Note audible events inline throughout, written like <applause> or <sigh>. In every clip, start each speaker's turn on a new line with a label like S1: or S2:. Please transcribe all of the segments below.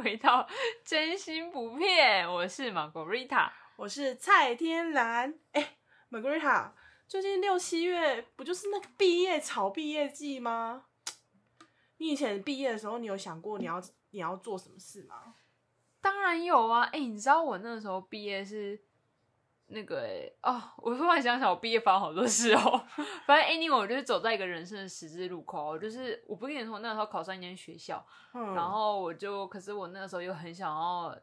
S1: 回到真心不骗，我是 Margarita。
S2: 我是蔡天蓝。哎、m a r g a r i t a 最近六七月不就是那个毕业潮、毕业季吗？你以前毕业的时候，你有想过你要你要做什么事吗？
S1: 当然有啊，哎、你知道我那时候毕业是那个、欸、哦，我突然想想，我毕业发生好多事哦。 <laughs> 反正 anyway，我就是走在一个人生的十字路口，我就是我不跟你说，我那时候考上一间学校，
S2: 嗯，
S1: 然后我就，可是我那个时候又很想要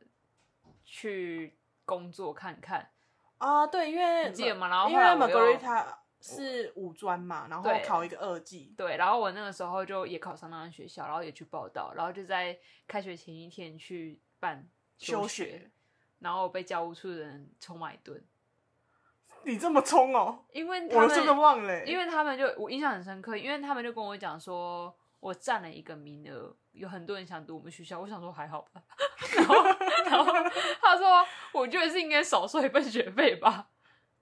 S1: 去工作看看，
S2: 啊，对，因为
S1: 你记得吗然后
S2: 因
S1: 后
S2: 为
S1: 来
S2: Margarita 是五专嘛，然后
S1: 对
S2: 考一个二技，
S1: 对，然后我那个时候就也考上那间学校，然后也去报道，然后就在开学前一天去办
S2: 休
S1: 学，
S2: 学。
S1: 然后被教务处的人冲骂一顿，
S2: 你这么冲哦、
S1: 因为他
S2: 我真的
S1: 们
S2: 忘了欸、
S1: 因为他们就我印象很深刻，因为他们就跟我讲说，我占了一个名额，有很多人想读我们学校，我想说还好吧， <laughs> 然后然后他说，我觉得是应该少收一份学费吧，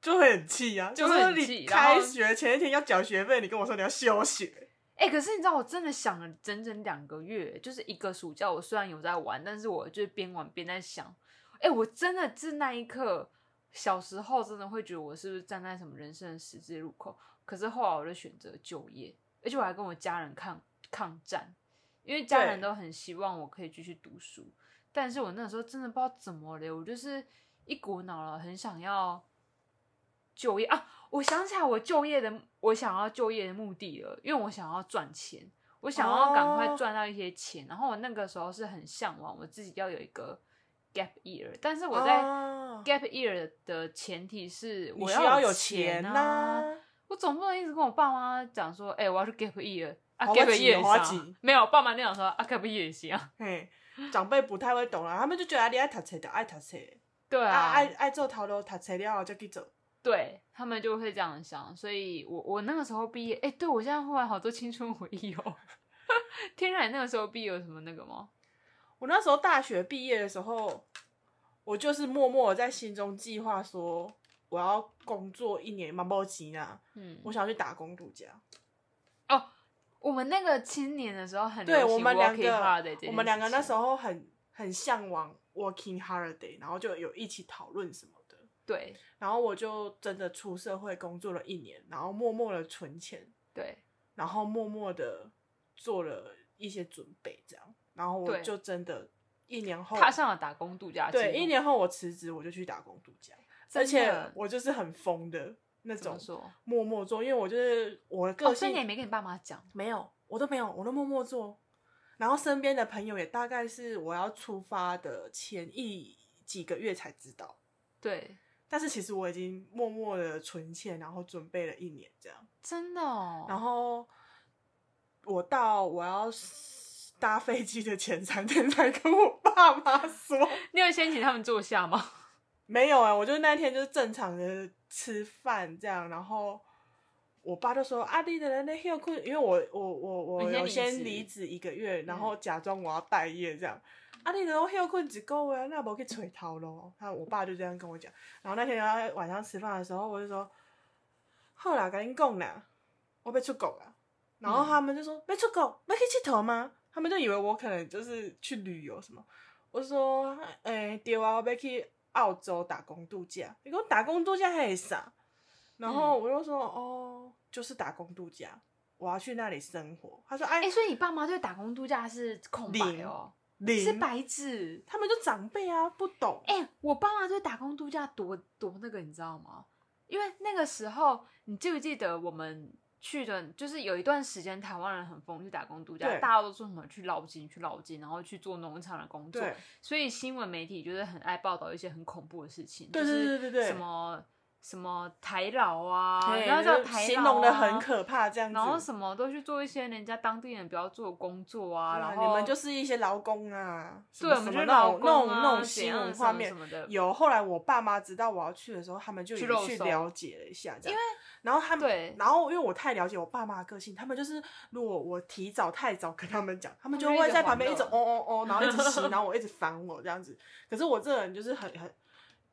S2: 就会很气啊，
S1: 就
S2: 就
S1: 会
S2: 是
S1: 很气
S2: 你
S1: 然后
S2: 开学前一天要缴学费，你跟我说你要休学，
S1: 哎、可是你知道，我真的想了整整两个月，就是一个暑假。我虽然有在玩，但是我就是边玩边在想，哎、我真的自那一刻，小时候真的会觉得我是不是站在什么人生的十字路口。可是后来我就选择就业，而且我还跟我家人抗抗战，因为家人
S2: 对
S1: 都很希望我可以继续读书。但是我那时候真的不知道怎么了，我就是一股脑了，很想要就业啊！我想起来，我就业的我想要就业的目的了，因为我想要赚钱，我想要赶快
S2: 哦
S1: 赚到一些钱。然后我那个时候是很向往我自己要有一个 gap year，但是我在
S2: 啊
S1: gap year 的前提是
S2: 你
S1: 我
S2: 需要
S1: 有
S2: 有
S1: 钱啊
S2: 钱呐、
S1: 我总不能一直跟我爸妈讲说，哎、我要去 gap year 啊
S2: 好
S1: ，gap
S2: 我急
S1: year 也行
S2: 我
S1: 啊
S2: 急，
S1: 没有，爸妈那样说啊，gap year 也行啊，
S2: 嘿，长辈不太会懂啦，他们就觉得你爱读册就爱读册，
S1: 对
S2: 啊
S1: 啊，
S2: 爱爱做头路，读册了后就去做。
S1: 对他们就会这样想，所以我我那个时候毕业，哎、对我现在忽然好多青春回忆哦。 <laughs> 天然那个时候毕业有什么那个吗？
S2: 我那时候大学毕业的时候，我就是默默地在心中计划说，我要工作一年嘛，不急啦，
S1: 嗯，
S2: 我想要去打工度假。
S1: 我们那个青年的时候很流
S2: 对
S1: 行
S2: 我们两
S1: working holiday 这
S2: 个
S1: 件，
S2: 我们两个那时
S1: 候
S2: 候很很向往 working holiday，然后就有一起讨论什么的。
S1: 对
S2: 然后我就真的出社会工作了一年，然后默默的存钱，
S1: 对
S2: 然后默默的做了一些准备，这样，然后我
S1: 对
S2: 就真的一年后，
S1: 踏上了打工度假之路，
S2: 对，一年后我辞职，我就去打工度假，
S1: 真的，
S2: 而且我就是很疯的那
S1: 怎么
S2: 种，
S1: 说？
S2: 默默做，因为我就是我的
S1: 哦，
S2: 个
S1: 所以
S2: 性、
S1: 你也没跟你爸妈讲，
S2: 没有，我都没有，我都默默做。然后身边的朋友也大概是我要出发的前一几个月才知道，
S1: 对，
S2: 但是其实我已经默默的存钱，然后准备了一年这样。
S1: 真的哦，
S2: 然后我到我要搭飞机的前三天才跟我爸妈说，
S1: 你有先请他们坐下吗？
S2: 没有哎、我就那天就是正常的吃饭这样，然后我爸就说啊，你的人那休困，因为我我我我
S1: 你先
S2: 有
S1: 离职
S2: 先离职一个月，然后假装我要待业这样。啊，你都休困一个月，那无去吹头咯。他我爸就这样跟我讲。然后那天他晚上吃饭的时候，我就说，好啦，跟你讲啦，我被出国啦。然后他们就说，被出国，要去佚佗吗？他们就以为我可能就是去旅游什么。我说，诶、对啊，我要去澳洲打工度假。你给我打工度假还啥？然后我就说，哦，就是打工度假，我要去那里生活。他说，哎、
S1: 哎、所以你爸妈对打工度假是空白
S2: 零
S1: 哦，
S2: 零
S1: 是白纸，
S2: 他们就长辈啊，不懂。
S1: 哎、我爸妈对打工度假多多那个，你知道吗？因为那个时候，你记不记得我们去的，就是有一段时间台湾人很疯去打工度假，
S2: 对
S1: 大家都说什么去捞金、去捞金，然后去做农场的工作，
S2: 对，
S1: 所以新闻媒体就是很爱报道一些很恐怖的事情，
S2: 对对对对
S1: 就是
S2: 对
S1: 什么什么台老啊，
S2: 对
S1: 然后叫
S2: 就
S1: 台
S2: 形
S1: 劳
S2: 容的
S1: 啊
S2: 很可怕这样子。
S1: 然后什么都去做一些人家当地人不要做的工作啊，
S2: 对啊
S1: 然后
S2: 你们就是一些劳工啊，什
S1: 对，
S2: 么
S1: 我们
S2: 什
S1: 就
S2: 么
S1: 是
S2: 那
S1: 老
S2: 种
S1: 公
S2: 那种
S1: 啊
S2: 那种
S1: 怎
S2: 新
S1: 样
S2: 闻
S1: 什
S2: 画
S1: 么
S2: 面
S1: 什。么的，
S2: 有后来我爸妈知道我要去的时候，他们就
S1: 去
S2: 也
S1: 肉
S2: 去
S1: 搜
S2: 了解了一下，这样。然后他们
S1: 对
S2: 然后因为我太了解我爸妈的个性，他们就是如果我提早太早跟他们讲，他们
S1: 他
S2: 就
S1: 们就一
S2: 会
S1: 直
S2: 在旁边
S1: 玩
S2: 一直
S1: 乐
S2: 哦哦哦，然后一直
S1: <laughs>
S2: 吸，然后我一直烦我这样子。可是我这个人就是很很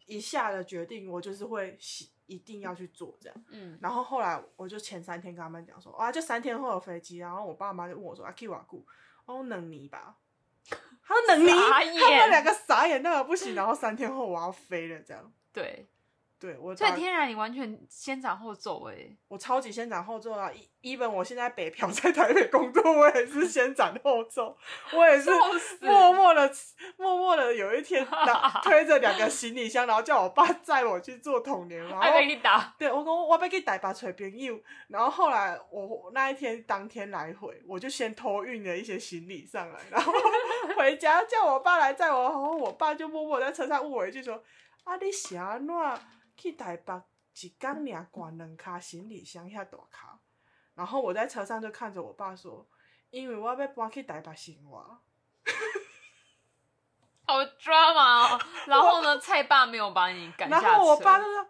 S2: 一下的决定，我就是会喜一定要去做这样。
S1: 嗯，
S2: 然后后来我就前三天跟他们讲说，啊，就三天后有飞机，然后我爸妈就问我说，啊，去瓦固，哦，能你吧？他说能你，
S1: 傻眼
S2: <laughs> 他们两个傻眼到了不行，然后三天后我要飞了这样。
S1: 对，
S2: 对我
S1: 所以
S2: 打
S1: 天然你完全先斩后奏哎、
S2: 我超级先斩后奏啊！e even 我现在北漂在台北工作，我也是先斩后奏，我也是
S1: 笑死
S2: 默默的、默默的有一
S1: <laughs>
S2: 天拿推着两个行李箱，然后叫我爸载我去做统联，然
S1: <laughs>
S2: 后
S1: 还被你打，
S2: 对我讲我要去台北找朋友，然后后来我那一天当天来回，我就先托运了一些行李上来，然后 <laughs> 回家叫我爸来载我，然后我爸就默默在车上问我一句说：“啊，你是安怎去台北一天俩管两卡行李箱遐大卡？”然后我在车上就看着我爸说：“因为我要搬去台北生活。
S1: 好抓马哦。然后呢，蔡爸没有把你”赶下
S2: 然
S1: 车，
S2: 后我爸就说：“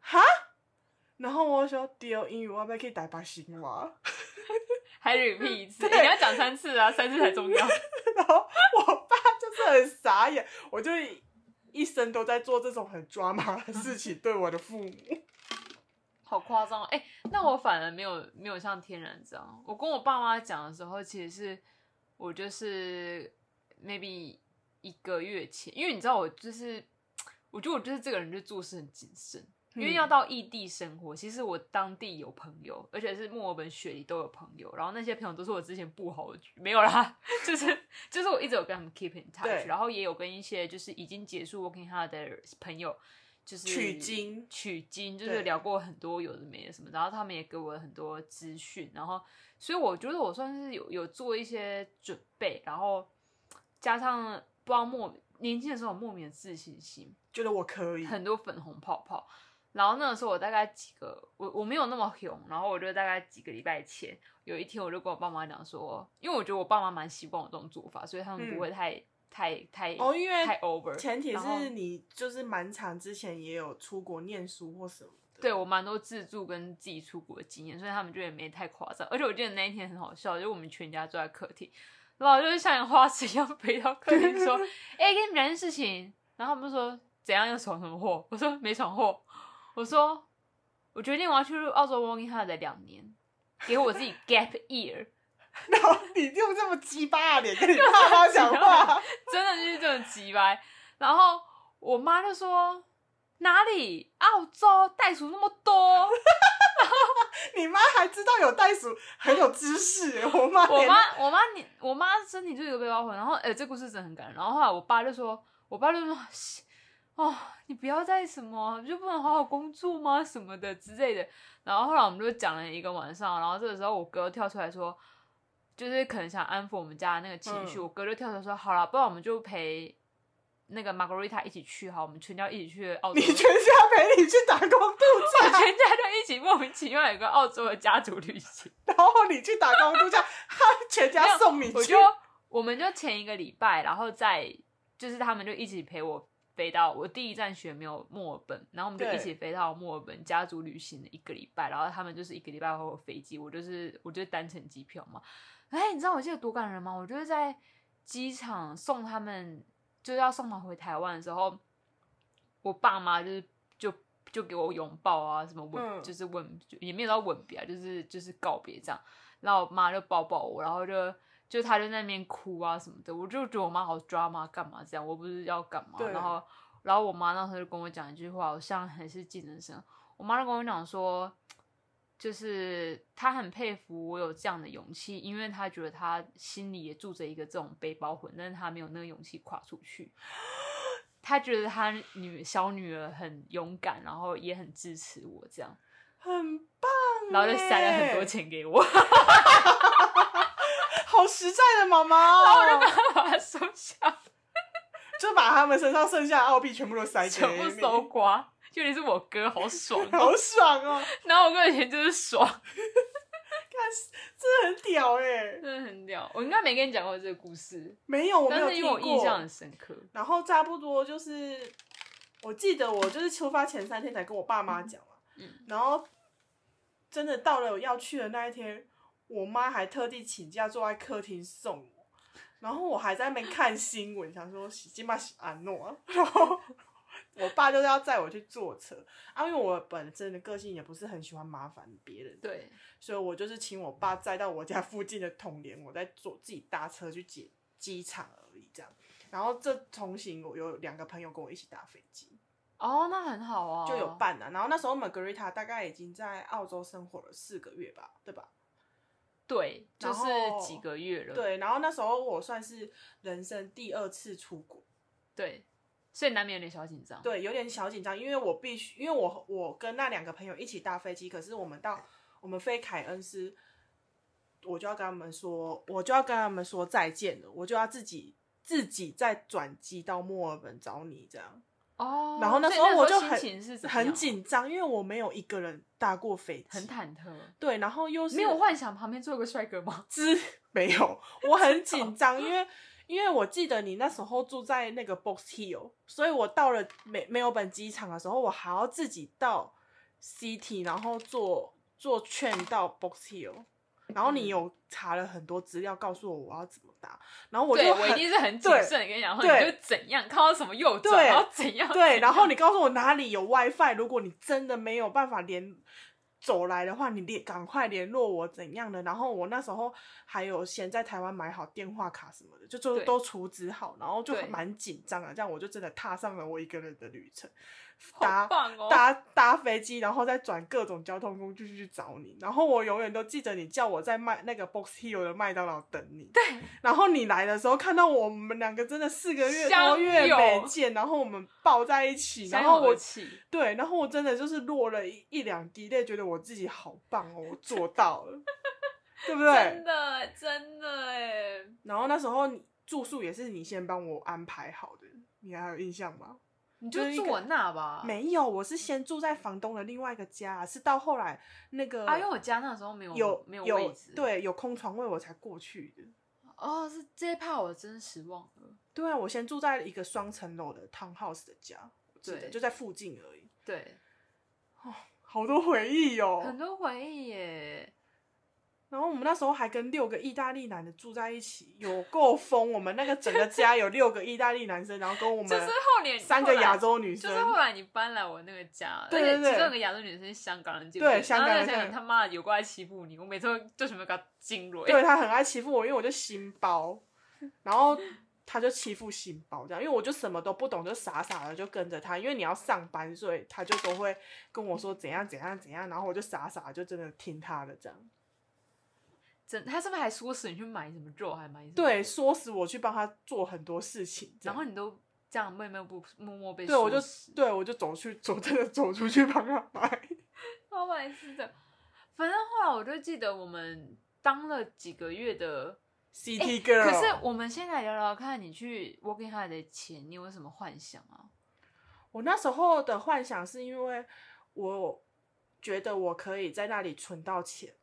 S2: 哈？”然后我就说：“对，因为我要去台北生活。”
S1: 还 repeat 一次，你要讲三次啊，三次才重要。
S2: 然后我爸就是很傻眼，我就一生都在做这种很抓马的事情，对我的父母。
S1: 好夸张哦！哎、那我反而没有没有像天然这样。我跟我爸妈讲的时候，其实是我就是 maybe 一个月前，因为你知道我就是我觉得我就是这个人就做事很谨慎，因为
S2: 嗯
S1: 要到异地生活，其实我当地有朋友，而且是墨尔本、雪梨都有朋友，然后那些朋友都是我之前不好的没有啦， <laughs> 就是就是我一直有跟他们 keep in
S2: 对
S1: touch，然后也有跟一些就是已经结束 working hard 的朋友。就是
S2: 取经
S1: 取经就是
S2: 对
S1: 聊过很多有的没的什么，然后他们也给我很多资讯，然后所以我觉得我算是有有做一些准备，然后加上不知道莫年轻的时候有莫名的自信心，
S2: 觉得我可以，
S1: 很多粉红泡泡。然后那个时候我大概几个，我我没有那么熊，然后我就大概几个礼拜前，有一天我就跟我爸妈讲说，因为我觉得我爸妈蛮习惯我这种做法，所以他们不会太、太太
S2: 嗯哦因为
S1: 太 over，
S2: 前提
S1: 然后
S2: 是你就是蛮长之前也有出国念书或什么的。
S1: 对我蛮多自助跟自己出国的经验，所以他们就也没太夸张。而且我记得那一天很好笑，就我们全家坐在客厅，然后我就是像花痴一样飞到客厅说：“哎、跟你们讲件事情。”然后他们就说：“怎样又闯什么祸？”我说：“没闯祸。”我说：“我决定我要去澳洲 working hard 的两年，给我自己 gap year。” <laughs>
S2: 然后你用这么鸡巴的脸跟你爸妈讲
S1: <laughs>
S2: 话，
S1: 真的就是这种急掰。然后我妈就说：“哪里？澳洲袋鼠那么多。”
S2: 你妈还知道有袋鼠，很有知识耶。我妈
S1: <laughs> 我
S2: 连，
S1: 妈，我妈你，我妈身体就有一个背包魂，然后，哎、这故事真的很感人。然后后来我爸就说，我爸就说， <sighs> 嘘哦，你不要再什么，就不能好好工作吗？什么的之类的。然后后来我们就讲了一个晚上，然后这个时候我哥跳出来说，就是可能想安抚我们家的那个情绪，
S2: 嗯
S1: 我哥就跳出来说，好了，不然我们就陪那个 Margarita 一起去，好，我们全家一起去澳洲
S2: 你。全家陪你去打工度
S1: 我
S2: 假
S1: 们，全家就一起莫名其妙有个澳洲的家族旅行。
S2: 然后你去打工度假，他全
S1: 没
S2: 家
S1: 有
S2: 送你
S1: 我
S2: 去
S1: 就。我们就前一个礼拜，然后再就是他们就一起陪我飞到我第一站学没有墨尔本，然后我们就
S2: 对
S1: 一起飞到墨尔本家族旅行的一个礼拜，然后他们就是一个礼拜后有飞机，我就是我就是单程机票嘛。哎，你知道我记得多感人吗？我就是在机场送他们，就是要送他回台湾的时候，我爸妈就是就就给我拥抱啊，什么吻，
S2: 嗯
S1: 就是吻，就也没有到吻别啊，就是就是告别这样。然后我妈就抱抱我，然后就就她就在那边哭啊什么的，我就觉得我妈好抓嘛，干嘛这样？我不是要干嘛？
S2: 对
S1: 然后然后我妈那时候就跟我讲一句话，我像还是技能生，我妈就跟我讲说，就是她很佩服我有这样的勇气，因为她觉得她心里也住着一个这种背包魂，但是她没有那个勇气跨出去。她觉得她女小女儿很勇敢，然后也很支持我这样，
S2: 很棒，
S1: 然后就塞了很多，钱给我， <laughs>
S2: 好实在的妈妈哦，
S1: 把它收下，
S2: 就把他们身上剩下的澳币全部都塞给
S1: 全部
S2: 你，
S1: 搜刮。尤其是我哥，好爽哦、
S2: <laughs> 好爽哦，
S1: <laughs> 然后我哥以前就是爽，
S2: 这很屌哎、
S1: 真的很屌。我应该没跟你讲过这个故事，
S2: 没有，我没
S1: 但
S2: 有
S1: 是因
S2: 听
S1: 为我
S2: 过。
S1: 印象很深刻。
S2: 然后差不多就是，我记得我就是出发前三天才跟我爸妈讲嘛，
S1: 嗯
S2: 然后真的到了要去的那一天，我妈还特地请假坐在客厅送我，然后我还在那边看新闻，想说喜金巴喜安诺啊， <laughs> 然后我爸就是要载我去坐车啊，因为我本身的个性也不是很喜欢麻烦别人，
S1: 对，
S2: 所以我就是请我爸载到我家附近的统联，我再坐自己搭车去机机场而已。这样。然后这同行我有两个朋友跟我一起搭飞机，
S1: 哦，那很好啊，
S2: 就有伴啊。然后那时候 Margarita 大概已经在澳洲生活了四个月吧，对吧？
S1: 对，就
S2: 然
S1: 是
S2: 后
S1: 几个月了，
S2: 对，然后那时候我算是人生第二次出国，
S1: 对所以难免有点小紧张。
S2: 对，有点小紧张，因为我必须，因为我我跟那两个朋友一起搭飞机，可是我们到我们飞凯恩斯，我就要跟他们说，我就要跟他们说再见了，我就要自己自己再转机到墨尔本找你这样，
S1: 哦，
S2: 然后那
S1: 所以
S2: 时
S1: 时
S2: 候我就
S1: 心
S2: 很
S1: 情是怎么
S2: 很
S1: 样，哦
S2: 紧张，因为我没有一个人搭过飞机，
S1: 很忐忑，
S2: 对，然后又是
S1: 没有幻想旁边坐一个帅哥吗？ <laughs>
S2: 之没有，我很紧张，因为因为我记得你那时候住在那个 Box Hill，所以我到了美美尔本机场的时候，我还要自己到 City，然后坐坐券到 Box Hill，然后你
S1: 嗯
S2: 有查了很多资料，告诉我我要怎么搭，然后我
S1: 对
S2: 就
S1: 我一
S2: 很
S1: 定是很谨
S2: 对
S1: 慎的跟你讲，然后你
S2: 对
S1: 就怎样看到什么右转，
S2: 对
S1: 然后怎样
S2: 对，然后
S1: 你
S2: 你告诉我哪里有 WiFi，如果你真的没有办法连走来的话，你联赶快联络我怎样的。然后我那时候还有先在台湾买好电话卡什么的，就就
S1: 对
S2: 都储值好，然后就
S1: 对
S2: 蛮紧张啊的。这样我就真的踏上了我一个人的旅程，
S1: 好
S2: 搭
S1: 棒哦，
S2: 搭搭飞机，然后再转各种交通工具去找你。然后我永远都记得你叫我在麦那个 Box Hill 的麦当劳等你。对。然后你来的时候，看到我们两个真的四个月
S1: 相
S2: 多月
S1: 拥
S2: 没见，然后我们抱在一起，
S1: 相
S2: 然
S1: 拥
S2: 后
S1: 而
S2: 我
S1: 泣
S2: 对，然后我真的就是落了一一两滴泪，觉得我自己好棒哦，我做到
S1: <laughs>
S2: 了，对不对
S1: 真？的真的哎，
S2: 然后那时候你住宿也是你先帮我安排好的，你还有印象吗？
S1: 你
S2: 就
S1: 就是
S2: 一
S1: 住
S2: 个
S1: 我那吧，
S2: 没有，我是先住在房东的另外一个家，是到后来那个
S1: 啊，因为我家那时候没有
S2: 有
S1: 没位置，，
S2: 对有空床位我才过去的。
S1: 哦，是这一趴我真失望了，
S2: 对啊，我先住在一个双层楼的 townhouse 的家，我记得
S1: 对
S2: 就在附近而已。
S1: 对，
S2: 好多回忆哦，
S1: 很多回忆耶，
S2: 然后我们那时候还跟六个意大利男的住在一起，有够疯！我们那个整个家有六个意大利男生，然后跟我
S1: <laughs> 就是
S2: 们
S1: 后脸
S2: 三个亚。洲女
S1: 就
S2: 生，
S1: 是后来你搬来我那个家，
S2: 对对
S1: 而且其
S2: 对
S1: 中有个亚洲女生是香港人，记不
S2: 对
S1: 记得
S2: 香港
S1: 然后
S2: 人
S1: 那个香港人
S2: 对
S1: 他妈的有过来欺负你，我每次都就什么给他惊锐， <laughs>
S2: 对他很爱欺负我，因为我就心包，然后他就欺负心包这样，因为我就什么都不懂，就傻傻的就跟着他。因为你要上班，所以他就都会跟我说怎样怎样怎样，然后我就傻傻地就真的听他的这样。
S1: 真他是不是还唆使你去买什么肉，还买什么？
S2: 对，，唆使我去帮他做很多事情，这
S1: 然
S2: 样
S1: 后你都这样默默不默默被
S2: 对我就
S1: 唆使
S2: 对我就走去走真的走出去帮他
S1: <laughs>
S2: 买。
S1: 超白痴的。反正后来我就记得我们当了几个月的，
S2: CT girl，、
S1: 可是我们先来聊聊看，你去 Working Hard 的前，你有什么幻想啊？
S2: 我那时候的幻想是因为我觉得我可以在那里存到钱，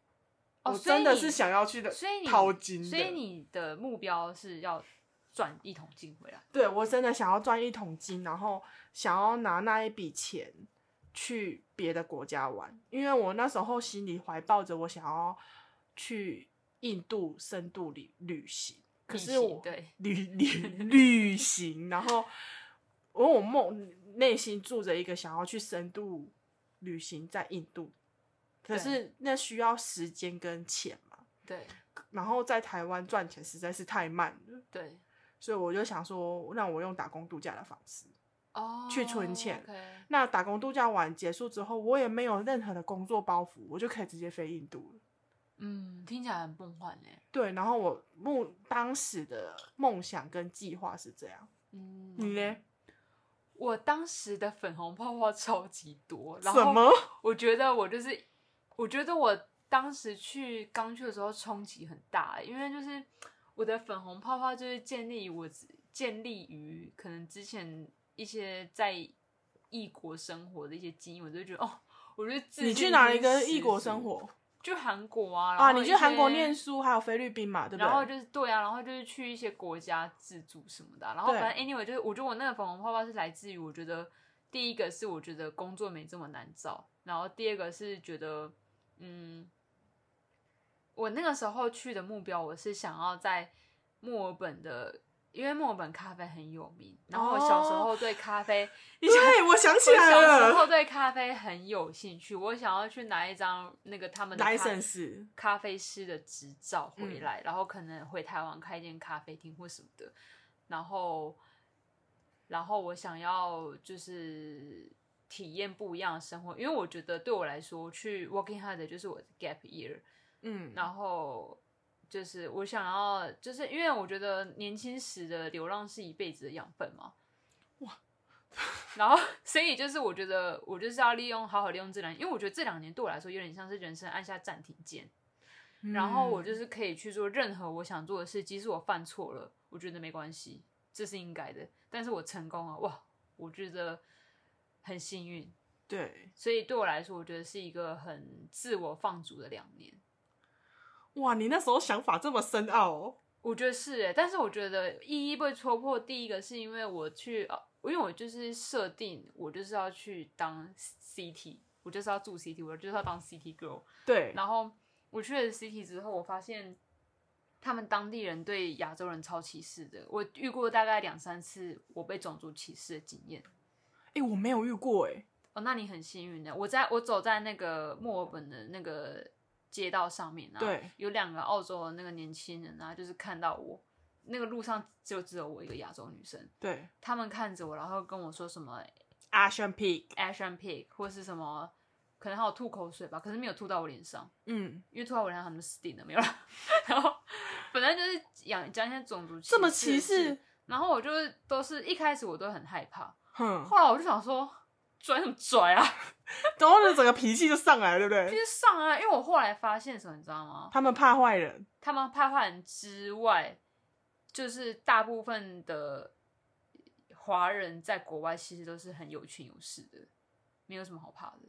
S1: 哦，
S2: 我
S1: 所以
S2: 真的
S1: 你
S2: 是，想要去的
S1: 所以你
S2: 淘金的，
S1: 所以你的目标是要赚一桶金回来。
S2: 对我真的想要赚一桶金，然后想要拿那一笔钱去别的国家玩，因为我那时候心里怀抱着我想要去印度深度旅旅行，可
S1: 逆
S2: 是
S1: 袭
S2: 我
S1: 对
S2: <laughs> 旅旅旅行，然后我我梦内心住着一个想要去深度旅行在印度，可
S1: 对
S2: 是那需要时间跟钱嘛，
S1: 对
S2: 然后在台湾赚钱实在是太慢了。
S1: 对
S2: 所以我就想说，那我用打工度假的方式。
S1: 哦，
S2: 去存钱
S1: OK
S2: 那打工度假完结束之后，我也没有任何的工作包袱，我就可以直接飞印度了。
S1: 嗯，听起来很梦幻嘞。
S2: 对，然后我梦当时的梦想跟计划是这样。
S1: 嗯，
S2: 你呢？？
S1: 我当时的粉红泡泡超级多，然
S2: 什
S1: 后
S2: 么？
S1: 我觉得我就是，我觉得我当时去刚去的时候冲击很大，欸因为就是我的粉红泡泡就是建立于我自建立于可能之前一些在异国生活的一些经验，我就觉得哦，我就自
S2: 你
S1: 信
S2: 去哪里
S1: 心
S2: 跟
S1: 十
S2: 异国
S1: 足
S2: 生？活
S1: 去韩国啊，
S2: 啊？
S1: 然后
S2: 你
S1: 一
S2: 去韩国
S1: 些
S2: 念书，还有菲律宾嘛，对不
S1: 然后
S2: <laughs> 对？
S1: 就是对啊，然后就是去一些国家自助什么的啊、然后
S2: 对
S1: 反正 anyway 就是，我觉得我那个粉红泡泡是来自于我觉得第一个是我觉得工作没这么难找，然后第二个是觉得嗯，我那个时候去的目标我是想要在墨尔本的，因为墨尔本咖啡很有名，然后我小时
S2: 哦
S1: 候对咖
S2: <laughs>
S1: 啡，你想
S2: 对，我想起
S1: 我
S2: 来
S1: 小时
S2: 了
S1: 候对咖啡很有兴趣，我想要去拿一张那个他们的咖
S2: ，license。
S1: 咖啡师的执照回来，然后可能回台湾开一间咖啡厅或什么的。然后，然后我想要就是体验不一样的生活，因为我觉得对我来说，去 working hard 就是我的 gap year，
S2: 嗯，
S1: 然后就是我想要，就是因为我觉得年轻时的流浪是一辈子的养分嘛。哇！ <laughs> 然后，所以就是我觉得我就是要利用好好利用这两年，因为我觉得这两年对我来说有点像是人生按下暂停键，然后
S2: 嗯
S1: 我就是可以去做任何我想做的事，即使我犯错了，我觉得没关系，这是应该的。但是我成功了，哇，我觉得很幸运。
S2: 对，
S1: 所以对我来说，我觉得是一个很自我放逐的两年。
S2: 哇，你那时候想法这么深奥哦，
S1: 我觉得是诶，但是我觉得意义被戳破，第一个是因为我去，呃因为我就是设定我就是要去当 CT，我就是要住 CT，我就是要当 CT girl。
S2: 对，
S1: 然后我去了 CT 之后，我发现他们当地人对亚洲人超歧视的，我遇过大概两三次我被种族歧视的经验。
S2: 哎、我没有遇过哎、
S1: 哦，那你很幸运的。我在我走在那个墨尔本的那个街道上面啊，
S2: 对，
S1: 有两个澳洲的那个年轻人啊，就是看到我，那个路上就只有我一个亚洲女生，
S2: 对
S1: 他们看着我，然后跟我说什么
S2: ，Asian Pig，
S1: Asian pig 或是什么，可能还有吐口水吧，可是没有吐到我脸上，
S2: 嗯，
S1: 因为吐到我脸上他们就死定了，没有啦。然后本来就是讲讲一些种族
S2: 这么
S1: 歧
S2: 歧
S1: 视的
S2: 视
S1: 事，，然后我就都是一开始我都很害怕，
S2: 哼，
S1: 后来我就想说拽什么拽啊。 <laughs>
S2: 然后呢，整个脾气就上来了，对不
S1: 必
S2: 对？
S1: 须上啊！因为我后来发现什么，你知道吗？
S2: 他们怕坏人，
S1: 他们怕坏人之外，就是大部分的华人在国外其实都是很有权有势的，没有什么好怕的。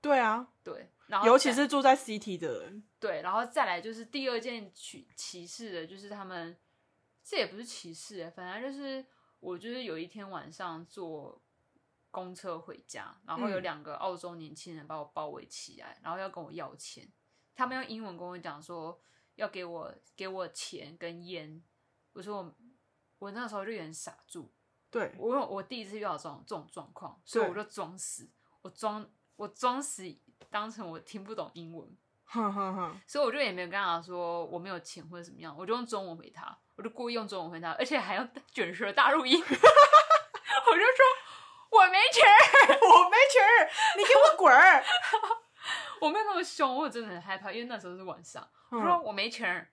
S2: 对啊，
S1: 对，然后
S2: 尤其
S1: 再
S2: 是住在 City 的人，
S1: 对，然后再来就是第二件歧歧视的，就是他们这也不是歧视、欸，反正就是我就是有一天晚上坐公车回家，然后有
S2: 嗯
S1: 两个澳洲年轻人把我包围起来，然后要跟我要钱，他们用英文跟我讲说要给我给我钱跟烟，我说我我那时候就有点傻住，
S2: 对，
S1: 我有我第一次遇到这种这种状况，所以我就装死，我装我装死当成我听不懂英文。
S2: 哼哼哼，
S1: 所以我就也没有跟他说我没有钱或者怎么样，我就用中文回他，我就故意用 <laughs> 中文回他，而且还要卷舌大录音，我就 <laughs> 说我没钱，
S2: 我没钱儿，你给我滚儿！
S1: 我没有那么凶，我真的很害怕，因为那时候是晚上，我说
S2: 嗯
S1: 我没钱，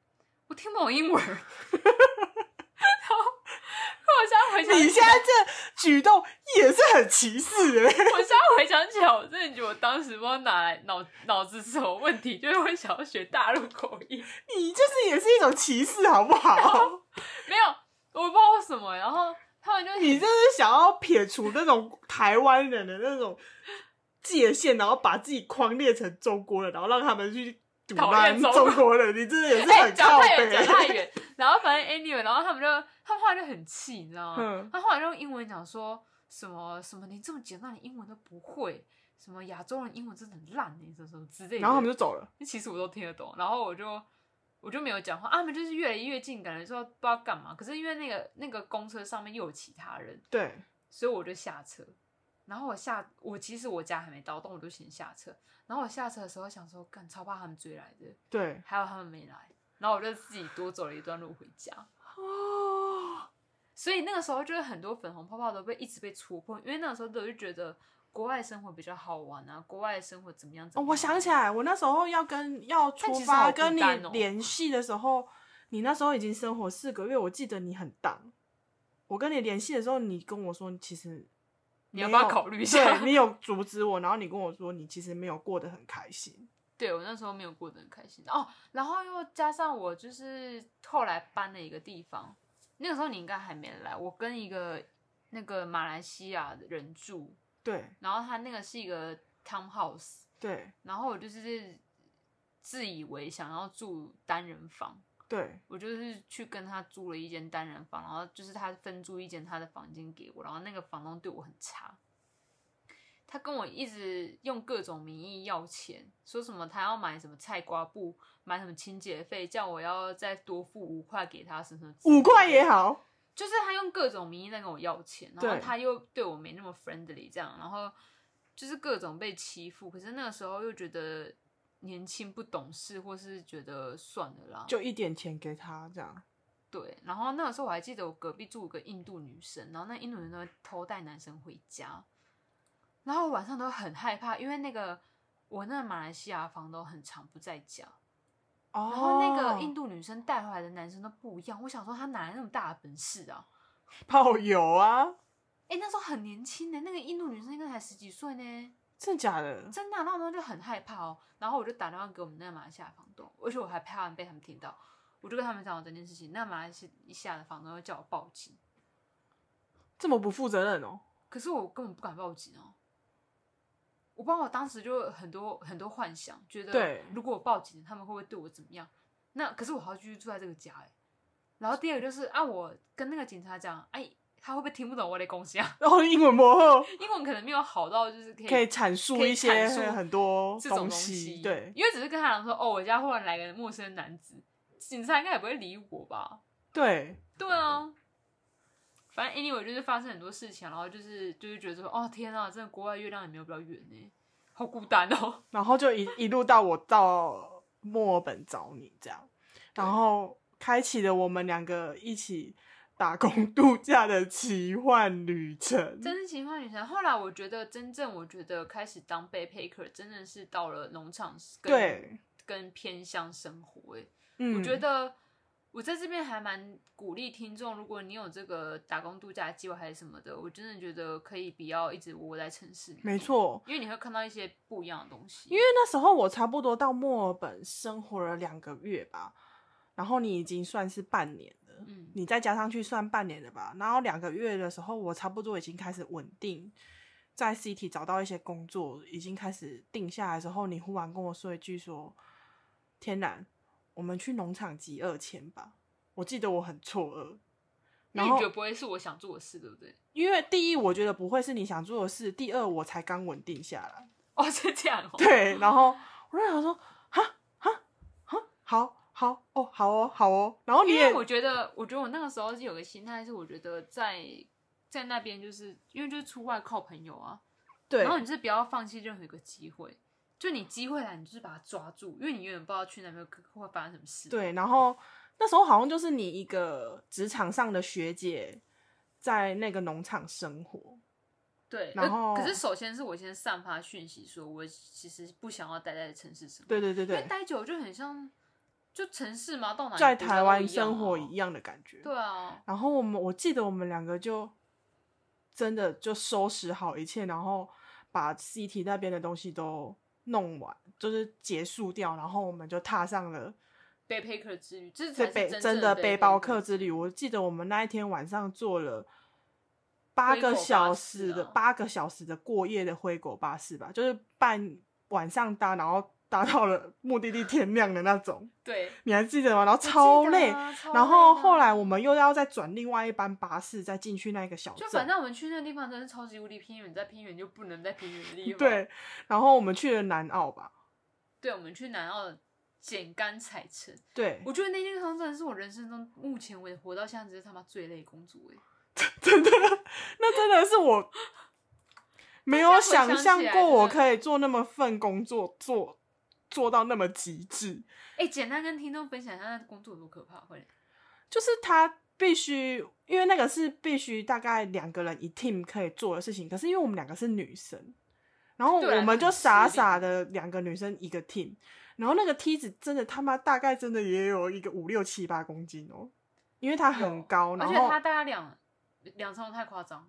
S1: 我听不懂英 <laughs> 文，然后我现在回想起来，
S2: 你现在这举动也是很歧视的，
S1: 我现在回想起来，我真的觉得我当时不知道哪来脑脑子是什么问题，就是会想要学大陆口音。
S2: 你就是也是一种歧视，好不好？ <laughs>
S1: 没有，我不知道为什么。然后他们就
S2: 你这是想要撇除那种台湾人的那种界限，然后把自己框列成中国人，然后让他们去堵
S1: 讨
S2: 烂
S1: 厌中国
S2: 中国人，你真的也是
S1: 哎，
S2: 很
S1: 讲
S2: 靠
S1: 太远，讲太
S2: 北。
S1: 远。然后反正 anyway，然后他们就他们后来就很气，你知道吗
S2: 嗯？
S1: 他后来就用英文讲说什么什么，你这么简单的英文都不会，什么亚洲人英文真的很烂，你什么什么之类的。
S2: 然后他们就走了。
S1: 就其实我都听得懂，然后我就我就没有讲话，啊他们就是越来越近，感觉说不知道干嘛。可是因为那个那个公车上面又有其他人，
S2: 对，
S1: 所以我就下车。然后我下，我其实我家还没到，但我就先下车。然后我下车的时候想说，干超怕他们追来的，
S2: 对，
S1: 还有他们没来，然后我就自己多走了一段路回家。
S2: 哦，
S1: 所以那个时候就是很多粉红泡泡都被一直被戳破，因为那个时候都就觉得国外生活比较好玩啊，国外生活怎么样怎么样。
S2: 哦我想起来，我那时候要跟要出
S1: 其实好
S2: 发
S1: 孤
S2: 跟你
S1: 单哦
S2: 联系的时候，你那时候已经生活四个月，我记得你很荡。我跟你联系的时候，你跟我说，其实
S1: 你要
S2: 没
S1: 不要
S2: 有
S1: 考虑一下
S2: 对？你有阻止我，然后你跟我说，你其实没有过得很开心。
S1: 对我那时候没有过得很开心哦，然后又加上我就是后来搬了一个地方，那个时候你应该还没来，我跟一个那个马来西亚的人住，
S2: 对
S1: 然后他那个是一个 townhouse，
S2: 对
S1: 然后我就是自以为想要住单人房，
S2: 对，
S1: 我就是去跟他租了一间单人房，然后就是他分租一间他的房间给我，然后那个房东对我很差，他跟我一直用各种名义要钱，说什么他要买什么菜瓜布，买什么清洁费，叫我要再多付五块给他，什么什么之类的
S2: 五块也，
S1: 哦
S2: 好。
S1: 就是他用各种名义在跟我要钱，然后
S2: 对
S1: 他又对我没那么 friendly，这样，然后就是各种被欺负，可是那个时候又觉得年轻不懂事，或是觉得算了啦，
S2: 就一点钱给他这样。
S1: 对，然后那个时候我还记得我隔壁住一个印度女生，然后那印度人都会偷带男生回家，然后我晚上都很害怕，因为那个我那个马来西亚房东很常不在家，
S2: 哦，
S1: 然后那个印度女生带回来的男生都不一样，我想说她哪来那么大的本事啊？
S2: 炮友啊，
S1: 哎、那时候很年轻呢、那个印度女生应该才十几岁呢，
S2: 真的假的？
S1: 真的啊、然后我们就很害怕哦，然后我就打电话给我们那个马来西亚房东，而且我还怕被他们听到，我就跟他们讲了这件事情，那马来西亚的房东就叫我报警。
S2: 这么不负责任哦！
S1: 可是我根本不敢报警哦。我不知道，我当时就很多很多幻想，觉得
S2: 对
S1: 如果我报警，他们会不会对我怎么样？那可是我还要继续住在这个家哎。然后第二个就是啊，我跟那个警察讲，哎，他会不会听不懂我的东西啊？ <laughs>
S2: 然后英文模后
S1: 英文可能没有好到就是可以
S2: 可以阐述
S1: 可以
S2: 一些
S1: 阐述
S2: 很多
S1: 这种东
S2: 西，对，
S1: 因为只是跟他讲说，哦，我家忽然来个陌生男子，警察应该也不会理我吧？
S2: 对，
S1: 对啊，反正 anyway 就是发生很多事情，然后就是就是觉得说，哦天啊，真的国外月亮也没有比较远呢，好孤单
S2: <laughs>
S1: 哦。
S2: 然后就一一路到我到墨尔本找你这样，然后开启了我们两个一起打工度假的奇幻旅程。
S1: 真是奇幻女神。后来我觉得，真正我觉得开始当 backpacker，真的是到了农场跟
S2: 对，
S1: 跟偏乡生活、欸。
S2: 嗯，
S1: 我觉得我在这边还蛮鼓励听众，如果你有这个打工度假计划还是什么的，我真的觉得可以不要一直窝在城市里，
S2: 没错，
S1: 因为你会看到一些不一样的东西。
S2: 因为那时候我差不多到墨尔本生活了两个月吧，然后你已经算是半年了。
S1: 嗯，
S2: 你再加上去算半年的吧，然后两个月的时候，我差不多已经开始稳定，在 CT 找到一些工作，已经开始定下来的时候，你忽然跟我说一句说：“天然，我们去农场集二千吧。”我记得我很错愕，
S1: 那
S2: 然
S1: 你
S2: 后
S1: 觉得不会是我想做的事，对不对？
S2: 因为第一，我觉得不会是你想做的事；第二，我才刚稳定下来，
S1: <laughs> 哦，是这样哦。
S2: 对，然后我就想说：“哈哈哈，好好哦，好哦，好哦。”然后你
S1: 因
S2: 也
S1: 为我觉得，我觉得我那个时候是有个心态，是我觉得在在那边，就是因为就是出外靠朋友啊，
S2: 对
S1: 然后你就是不要放弃任何一个机会，就你机会来，你就是把它抓住，因为你永远不知道去那边会发生什么事。，
S2: 对，然后那时候好像就是你一个职场上的学姐在那个农场生活，
S1: 对，
S2: 然后
S1: 呃可是首先是我先散发讯息，说我其实不想要待在城市生活，
S2: 对对对
S1: 因
S2: 对
S1: 为，待久了就很像就城市嘛，到哪里
S2: 在
S1: 国家
S2: 台
S1: 都
S2: 湾
S1: 一样
S2: 生活
S1: 啊
S2: 一样的感觉。
S1: 对啊，
S2: 然后我们我记得我们两个就真的就收拾好一切，然后把 CT 那边的东西都弄完，就是结束掉，然后我们就踏上了
S1: 背包客之旅，这才
S2: 这
S1: 是
S2: 背
S1: 真
S2: 真
S1: 正
S2: 的
S1: 的
S2: 背包客之旅。我记得我们那一天晚上坐了八
S1: 灰
S2: 个
S1: 狗
S2: 小
S1: 巴
S2: 时
S1: 士
S2: 的
S1: 啊
S2: 八个小时的过夜的灰狗巴士吧，就是半晚上搭，然后搭到了
S1: <laughs>
S2: 目的地天亮的那种，
S1: 对，
S2: 你还记得吗？然后
S1: 我记
S2: 超
S1: 得
S2: 累。
S1: 啊超
S2: 然后
S1: 累的
S2: 后来我们又要再转另外一班巴士，再进去那个小
S1: 就反
S2: 镇。
S1: 正我们去那地方真是超级无敌偏远，在偏远就不能在偏远的地方。，
S2: 对，然后我们去了南澳吧。
S1: 对，我们去南澳的简干采城，
S2: 对，
S1: 我觉得那天康真的是我人生中目前为止活到现在，只是他妈最累的工作哎、
S2: 那真的是我没有想象过，我可以做那么份工作，做做到那么极致。
S1: 哎、简单跟听众分享一下那工作有多可怕，会
S2: 就是他必须，因为那个是必须大概两个人一 team 可以做的事情，可是因为我们两个是女生，然后
S1: 对啊
S2: 我们就
S1: 很吃
S2: 傻
S1: 力
S2: 傻的两个女生一个 team，然后那个梯子真的他妈大概真的也有一个五六七八公斤哦，因为它很
S1: 有
S2: 高，哦
S1: 而
S2: 然后
S1: 且他大概两两层楼太夸张，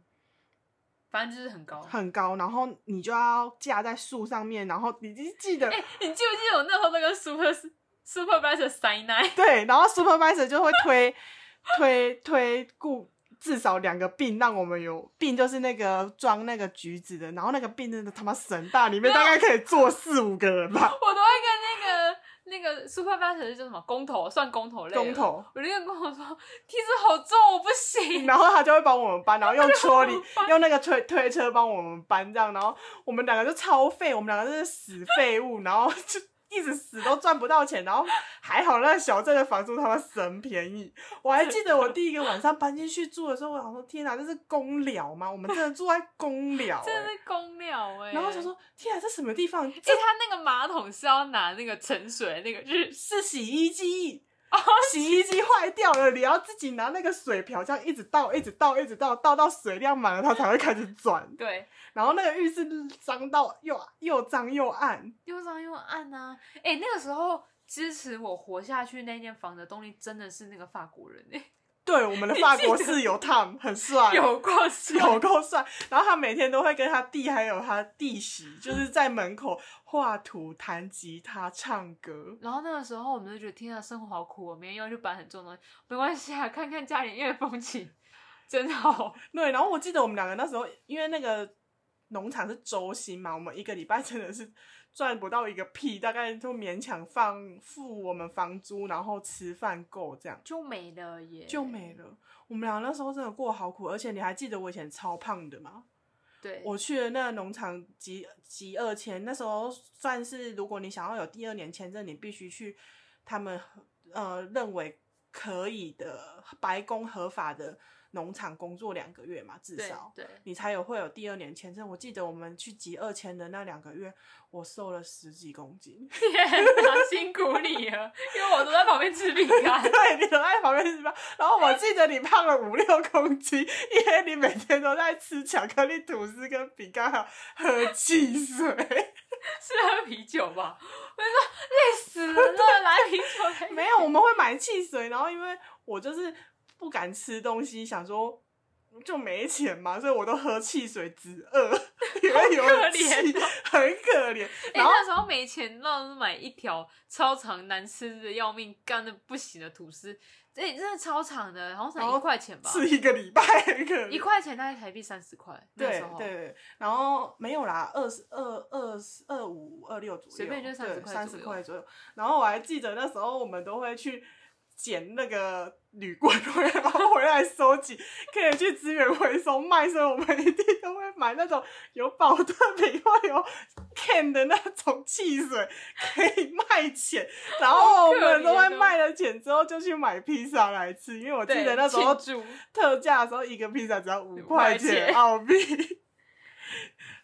S1: 反正就是很高。
S2: 很高，然后你就要架在树上面，然后你你记得
S1: 哎、你记不记得我那时候那个 super <laughs> supervisor 塞奶？
S2: 对，然后 supervisor 就会推 <laughs> 推推顾至少两个病，让我们有病就是那个装那个橘子的，然后那个病真的他妈神大，里面大概可以坐四五个人吧，
S1: 我都会跟那个那个 supervisor 是叫什么工头，算工头类的。
S2: 工头。
S1: 我就跟工头说梯子好重，我不
S2: <laughs>
S1: 行。
S2: 然后他就会帮我们搬，然后用
S1: 帮
S2: 车
S1: 我 <laughs>
S2: 里
S1: 们搬
S2: 用那个推推车帮我们搬，这样，然后我们两个就超废，我们两个就是死废物，然后就一直死都赚不到钱，然后还好那小镇的房租他妈神便宜，我还记得我第一个晚上搬进去住的时候，我想说天哪，这是公寮吗？我们真的住在公寮、
S1: 真的
S2: 欸，
S1: 是公鸟哎、
S2: 然后我想，说天啊哪，这什么地方？
S1: 哎、
S2: 这 <laughs>
S1: 他那个马桶是要拿那个盛水那个日， <laughs>
S2: 是洗衣机。
S1: 哦
S2: 洗衣机坏掉了，你要自己拿那个水瓢这样一直倒，一直倒，一直倒，倒到水量满了，它才会开始转。
S1: 对，
S2: 然后那个浴室脏到又啊又脏又暗，
S1: 又脏又暗啊！哎、那个时候支持我活下去那间房的动力真的是那个法国人哎、
S2: 对，我们的法国室友 Tom 很帅，
S1: 有过是
S2: <laughs> 有够帅。然后他每天都会跟他弟还有他弟媳，就是在门口画图、弹吉他、唱歌。
S1: 然后那个时候我们就觉得天啊，生活好苦哦，明天又要去搬很重的东西，没关系啊，看看家里面的风景，真好。
S2: 对，然后我记得我们两个那时候，因为那个农场是周薪嘛，我们一个礼拜真的是赚不到一个屁，大概就勉强放付我们房租，然后吃饭够这样
S1: 就没了耶，
S2: 就没。了。我们俩那时候真的过好苦，而且你还记得我以前超胖的吗？
S1: 对，
S2: 我去了那个农场集集二签，那时候算是如果你想要有第二年签证，你必须去他们呃认为可以的白宫合法的农场工作两个月嘛，至
S1: 对
S2: 少
S1: 对，
S2: 你才有会有第二年签证。我记得我们去集二签的那两个月，我瘦了十几公斤。 <laughs>
S1: 天哪，辛苦你了，因为我都在旁边吃饼干。
S2: 对，你都在旁边吃饭，然后我记得你胖了五六公斤，因为你每天都在吃巧克力吐司跟饼干，还有喝汽水。
S1: 是喝啤酒吧？我就说累死了，来啤酒来。
S2: 没有，我们会买汽水，然后因为我就是不敢吃东西，想说就没钱嘛，所以我都喝汽水止饿， <laughs> 因为有
S1: 可
S2: 气
S1: 怜哦
S2: 很可怜。
S1: 哎、
S2: 然后
S1: 那时候没钱，那时候买一条超长难吃的要命、干的不行的吐司，哎、真的超长的，好像
S2: 然
S1: 才
S2: 后
S1: 一块钱吧，
S2: 吃一个礼拜很可
S1: 一
S2: 怜。
S1: 块钱大概台币三十块，那
S2: 对
S1: 时候
S2: 对，对，然后没有啦，二十二、二十二五、二六左右，
S1: 随便就30块
S2: 三
S1: 左
S2: 十
S1: 右
S2: 块左右。然后我还记得那时候我们都会去捡那个铝罐 <laughs> 回来，然后回来收集，可以去资源回收卖，所以我们一定都会买那种有保特瓶或有 can 的那种汽水，可以卖钱。然后我们都会卖了钱之后就去买披萨来吃，因为我记
S1: 哦对
S2: 得那时候
S1: 庆祝
S2: 特价的时候，一个披萨只要五
S1: 5
S2: 块
S1: 块
S2: 钱
S1: 钱
S2: 澳
S1: <laughs>
S2: 币。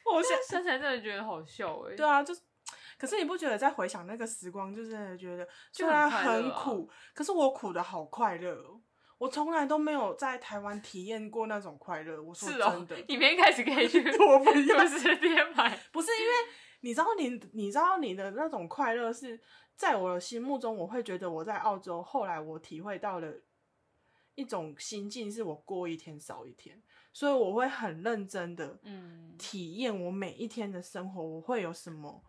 S2: 我现
S1: 现在想起来真的觉得好笑哎、
S2: 对啊，就是，可是你不觉得在回想那个时光，就真的觉得虽
S1: 就很
S2: 然
S1: 快乐
S2: 很
S1: 啊
S2: 苦，可是我苦的好快乐哦。我从来都没有在台湾体验过那种快乐。我说
S1: 是
S2: 真
S1: 哦
S2: 的，，
S1: <laughs> 你明天开始可以去
S2: 我不要
S1: 素食店买，
S2: 不是因为你知道你，你知道你的那种快乐是在我的心目中，我会觉得我在澳洲，后来我体会到了一种心境，是我过一天少一天，所以我会很认真的，
S1: 嗯，
S2: 体验我每一天的生活，我会有什么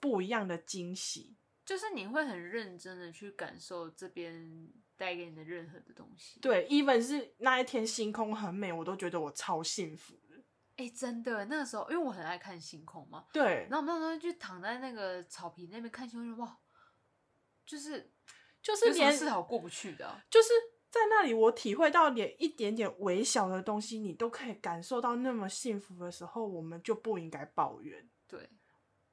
S2: 不一样的惊喜。
S1: 就是你会很认真的去感受这边带给你的任何的东西，
S2: 对，even 是那一天星空很美，我都觉得我超幸福的。
S1: 哎、真的，那个时候因为我很爱看星空嘛，
S2: 对
S1: 然，后我们那时候就躺在那个草坪那边看星空，哇，就是
S2: 就是
S1: 有什么
S2: 连
S1: 事好过不去的啊、
S2: 就是在那里，我体会到连一点点微小的东西，你都可以感受到那么幸福的时候，我们就不应该抱怨。
S1: 对，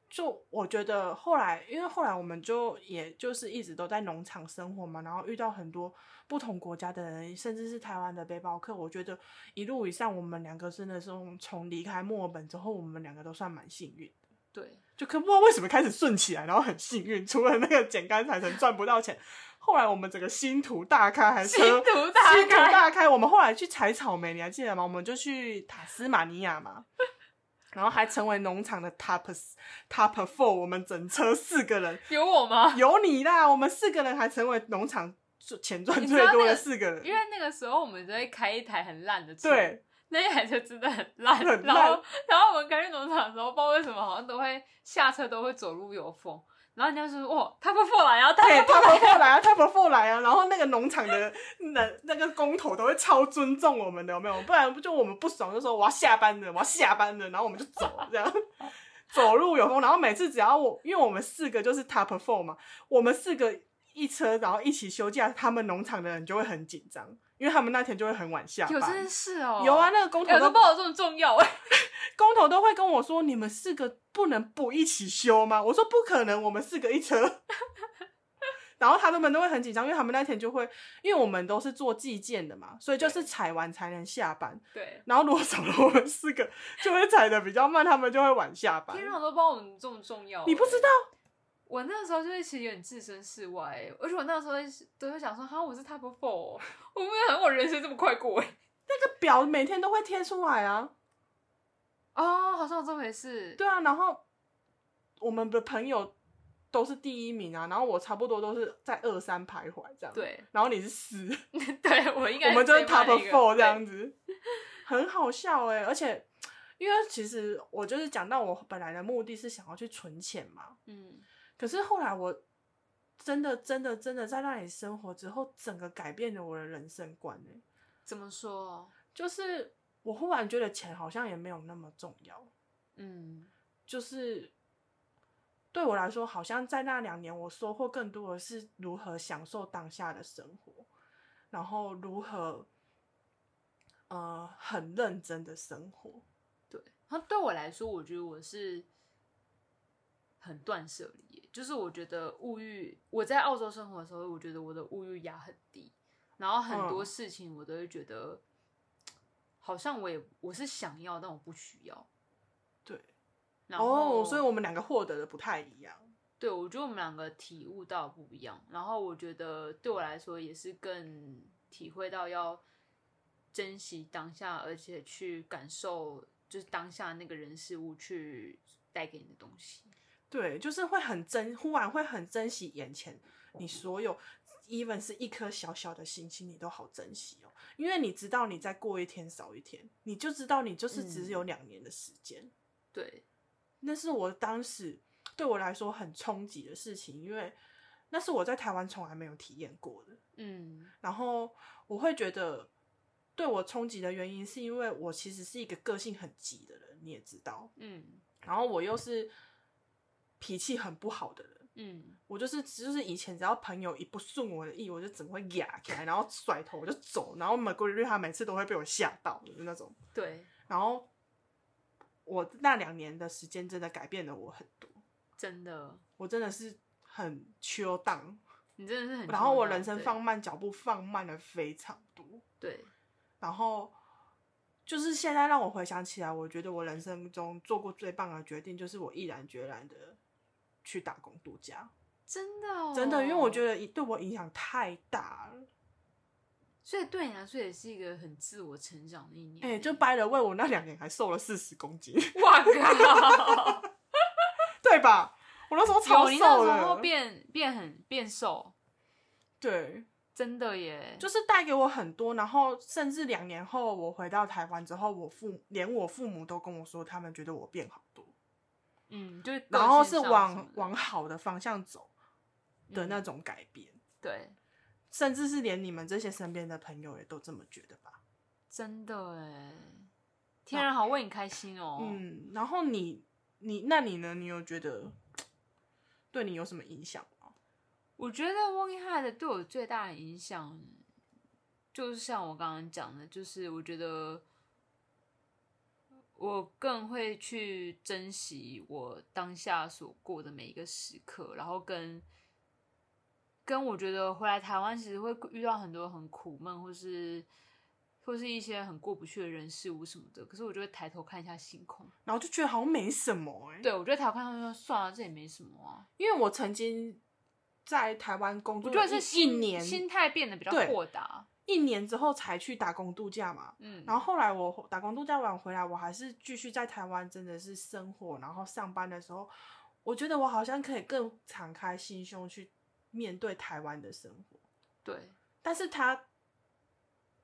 S2: 就我觉得后来，因为后来我们就也就是一直都在农场生活嘛，然后遇到很多不同国家的人，甚至是台湾的背包客。我觉得一路以上，我们两个真的是从从离开墨尔本之后，我们两个都算蛮幸运。
S1: 对， <laughs>
S2: 就可不知道为什么开始顺起来，然后很幸运，除了那个捡干财神赚不到钱，后来我们整个星途大开，还车
S1: 星途大开
S2: 星途大开。我们后来去采草莓，你还记得吗？我们就去塔斯马尼
S1: <laughs>
S2: 亚嘛，然后还成为农场的 top top four，我们整车四个人，
S1: 有我吗？
S2: 有你啦，我们四个人还成为农场最钱赚
S1: 你知
S2: 最
S1: 道
S2: 多
S1: 那
S2: 的
S1: 个
S2: 四个人，
S1: 因为那个时候我们都会开一台很烂的车，，
S2: 对。
S1: 那一台车真的很烂，
S2: 很
S1: 然
S2: 烂
S1: 后然后我们开去农场的时候，不知道为什么好像都会下车都会走路有风，然后人家说哇，他不过来啊，他
S2: 对，
S1: 不
S2: 他们后来啊，他们后来啊，然后那个农场的那那个工头都会超尊重我们的，有没有？不然就我们不爽就说我要下班了，我要下班了，然后我们就走这样。走路有风，然后每次只要我，因为我们四个就是 top four 嘛，我们四个一车，然后一起休假，他们农场的人就会很紧张，因为他们那天就会很晚下班。
S1: 有真是哦，
S2: 有啊，，那个工头
S1: 有
S2: 都
S1: 都报这么重要
S2: <laughs>
S1: 哎，
S2: 工头都会跟我说：“你们四个不能不一起休吗？”我说：“不可能，我们四个一车。” <laughs> 然后他们都会很紧张，因为他们那天就会，因为我们都是做计件的嘛，所以就是采完才能下班。
S1: 对。
S2: 然后如果少了我们四个，就会采的比较慢，他们就会晚下班
S1: 天。哪，都不知道我们这么重要欸。
S2: 你不知道？
S1: 我那时候就是其实有点置身事外欸，而且我那时候都会想说，哈，我是 top four，哦我没有想过我人生这么快过
S2: <laughs>
S1: 哎。
S2: 那个表每天都会贴出来啊。
S1: 哦，好像有这回事。
S2: 对啊，然后我们的朋友都是第一名啊，然后我差不多都是在二三徘徊这样。，
S1: 对 <laughs>
S2: 然后你是四，
S1: 对，我应该
S2: 我们就是
S1: 最慢
S2: top
S1: 的一个
S2: four 这。
S1: 对
S2: 样子，很好笑哎、而且。因为其实我就是讲到我本来的目的是想要去存钱嘛，
S1: 嗯，
S2: 可是后来我真的真的真的在那里生活之后，整个改变了我的人生观哎、
S1: 怎么说？哦
S2: 就是我忽然觉得钱好像也没有那么重要，
S1: 嗯，
S2: 就是对我来说，好像在那两年，我收获更多的是如何享受当下的生活，然后如何呃很认真的生活。
S1: 对。然后对我来说，我觉得我是很断舍离欸，就是我觉得物欲，我在澳洲生活的时候，我觉得我的物欲压很低，然后很多
S2: 嗯
S1: 事情我都会觉得，好像我也我是想要，但我不需要。
S2: 对，
S1: 然后，
S2: 哦，所以我们两个获得的不太一样。
S1: 对，我觉得我们两个体悟到不一样，然后我觉得对我来说也是更体会到要珍惜当下，而且去感受就是当下那个人事物去带给你的东西。
S2: 对，就是会很珍，忽然会很珍惜眼前你所有，even 是一颗小小的星星，你都好珍惜哦，因为你知道你再过一天少一天，你就知道你就是只
S1: 嗯
S2: 有两年的时间。
S1: 对，
S2: 那是我当时对我来说很冲击的事情，因为那是我在台湾从来没有体验过的。
S1: 嗯
S2: 然后我会觉得对我冲击的原因，是因为我其实是一个个性很急的人，你也知道。
S1: 嗯
S2: 然后我又是脾气很不好的人，
S1: 嗯，
S2: 我就是就是以前只要朋友一不顺我的意，我就整个会压起来，然后甩头我就走，然后玫瑰绿他每次都会被我吓到的那种。
S1: 对，
S2: 然后我那两年的时间真的改变了我很多。
S1: 真的，
S2: 我真的是很秋荡，
S1: 你真的是很
S2: 然后
S1: 重
S2: 我
S1: 要
S2: 人生
S1: 对
S2: 放慢脚步，放慢了非常多。
S1: 对，
S2: 然后就是现在让我回想起来，我觉得我人生中做过最棒的决定，就是我毅然决然的去打工度假。
S1: 真的、哦、
S2: 真的，因为我觉
S1: 得，
S2: 得对我影响太大了。
S1: 所以对你来说也是一个很自我成长的一年。
S2: 哎、就掰了为我那两年还瘦了四十公斤， <laughs>
S1: 哇靠！
S2: 对吧？我那时候超
S1: 有你那
S2: 瘦
S1: 时候
S2: 的，
S1: 变变很变瘦，
S2: 对，
S1: 真的耶，
S2: 就是带给我很多，然后甚至两年后我回到台湾之后，我父连我父母都跟我说，他们觉得我变好多，
S1: 嗯，就是个
S2: 然后
S1: 性
S2: 是
S1: 上什
S2: 往
S1: 么的
S2: 往好的方向走的那
S1: 嗯
S2: 种改变，
S1: 对，
S2: 甚至是连你们这些身边的朋友也都这么觉得吧。
S1: 真的哎，天然好为你开心哦。
S2: 嗯，然后你你那你呢？你有觉得对你有什么影响吗？
S1: 我觉得 Working Hard 对我最大的影响，就是像我刚刚讲的，就是我觉得我更会去珍惜我当下所过的每一个时刻，然后跟跟我觉得回来台湾其实会遇到很多很苦闷，或是或是一些很过不去的人事物什么的，可是我就会抬头看一下星空。
S2: 然后就觉得好像没什么哎、
S1: 对，我就会抬头看他说算了，这也没什么啊。
S2: 因为我曾经在台湾工
S1: 我
S2: 作
S1: 觉
S2: 了
S1: 得
S2: 一，
S1: 是
S2: 一
S1: 心
S2: 年
S1: 心态变得比较
S2: 对
S1: 豁达。
S2: 一年之后才去打工度假嘛，
S1: 嗯，
S2: 然后后来我打工度假完回来，我还是继续在台湾，真的是生活，然后上班的时候，我觉得我好像可以更敞开心胸去面对台湾的生活。
S1: 对，
S2: 但是他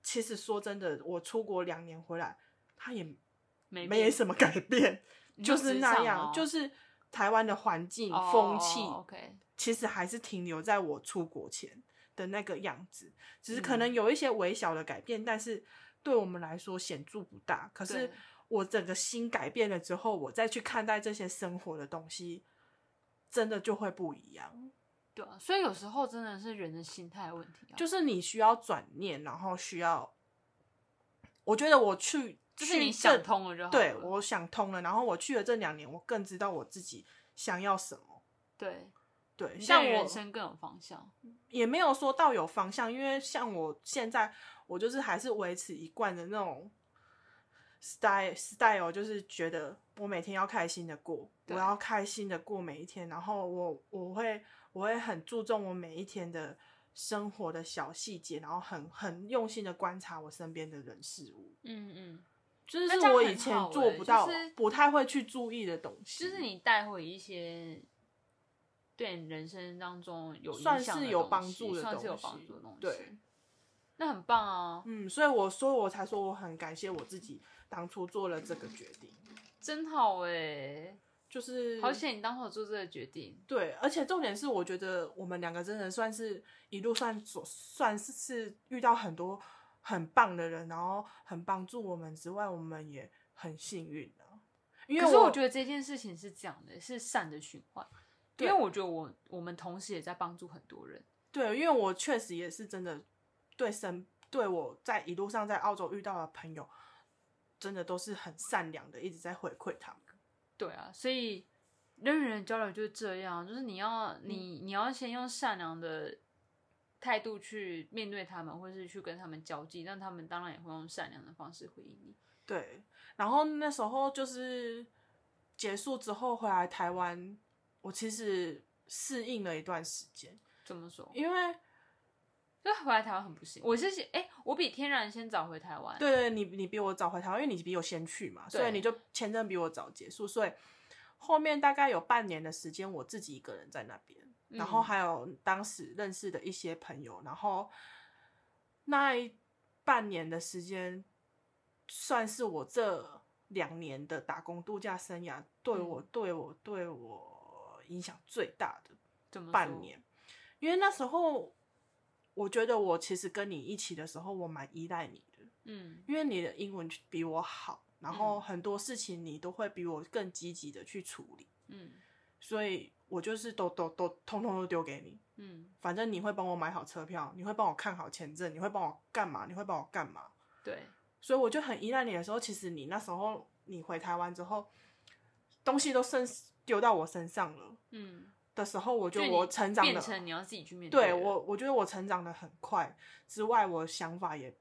S2: 其实说真的，我出国两年回来，他也
S1: 没
S2: 没
S1: 变
S2: 什么改变，
S1: 你
S2: 就
S1: 说
S2: 是
S1: 职
S2: 那
S1: 场
S2: 样，
S1: 哦
S2: 就是台湾的环境、风气，
S1: 哦，OK，
S2: 其实还是停留在我出国前的那个样子，只是可能
S1: 嗯
S2: 有一些微小的改变，但是对我们来说显著不大。可是
S1: 对
S2: 我整个心改变了之后，我再去看待这些生活的东西，真的就会不一样。
S1: 对啊，所以有时候真的是人的心态问题啊，
S2: 就是你需要转念，然后需要，我觉得我去，
S1: 就是你
S2: 去
S1: 想
S2: 这
S1: 通了就好了。
S2: 对我想通了，然后我去了这两年，我更知道我自己想要什么。
S1: 对，
S2: 对，
S1: 你
S2: 像
S1: 对
S2: 我
S1: 人生更有方向。
S2: 也没有说到有方向，因为像我现在，我就是还是维持一贯的那种 style style，就是觉得我每天要开心的过，我
S1: 对
S2: 要开心的过每一天，然后我我会我会很注重我每一天的生活的小细节，然后很很用心的观察我身边的人事物，
S1: 嗯嗯，
S2: 就是
S1: 那这
S2: 是
S1: 样
S2: 我
S1: 很
S2: 以前
S1: 好
S2: 做
S1: 欸
S2: 不
S1: 就
S2: 到、
S1: 是
S2: 不太会去注意的东西，
S1: 就是你带回一些对你人生当中有影
S2: 算
S1: 响
S2: 是
S1: 的
S2: 有
S1: 东
S2: 帮
S1: 西
S2: 助的
S1: 算
S2: 东
S1: 是有
S2: 西
S1: 帮助的东西，
S2: 对，
S1: 那很棒啊，
S2: 嗯，所以我所以我才说我很感谢我自己当初做了这个决定，
S1: 真好哎、
S2: 就是
S1: 好险你当初有做这个决定，
S2: 对，而且重点是，我觉得我们两个真的算是一路算所算是是遇到很多很棒的人，然后很帮助我们之外，我们也很幸运啊。因为
S1: 可是我
S2: 觉
S1: 觉
S2: 得
S1: 得这件事情是这样的，是善的循环。因
S2: 对
S1: 为我觉得我我们同时也在帮助很多人，
S2: 对，因为我确实也是真的对身对我在一路上在澳洲遇到的朋友，真的都是很善良的，一直在回馈他们。
S1: 对啊，所以人与人交流就是这样，就是你要你
S2: 嗯
S1: 你要先用善良的态度去面对他们，或是去跟他们交际，那他们当然也会用善良的方式回应你。
S2: 对，然后那时候就是结束之后回来台湾，我其实适应了一段时间，
S1: 怎么说？
S2: 因为。
S1: 就回来台湾很不幸，我是哎、我比天然先早回台湾，
S2: 对对，你你比我早回台湾，因为你比我先去嘛，所以
S1: 对
S2: 你就签证比我早结束，所以后面大概有半年的时间，我自己一个人在那边，
S1: 嗯
S2: 然后还有当时认识的一些朋友，然后那一半年的时间，算是我这两年的打工度假生涯对
S1: 嗯
S2: 我、对我对我影响最大的
S1: 怎么说
S2: 半？年，因为那时候我觉得我其实跟你一起的时候，我蛮依赖你的。
S1: 嗯
S2: 因为你的英文比我好，然后
S1: 嗯
S2: 很多事情你都会比我更积极的去处理，
S1: 嗯
S2: 所以我就是都都都通通都丢给你。
S1: 嗯，
S2: 反正你会帮我买好车票，你会帮我看好签证，你会帮我干嘛？你会帮我干嘛？
S1: 对，
S2: 所以我就很依赖你的时候，其实你那时候你回台湾之后，东西都剩丢到我身上了
S1: 嗯，
S2: 的时候，我觉得
S1: 你
S2: 我成长
S1: 变
S2: 的，
S1: 成你要自己去面
S2: 对
S1: 了
S2: 我我觉得我成长的很快，之外我想法也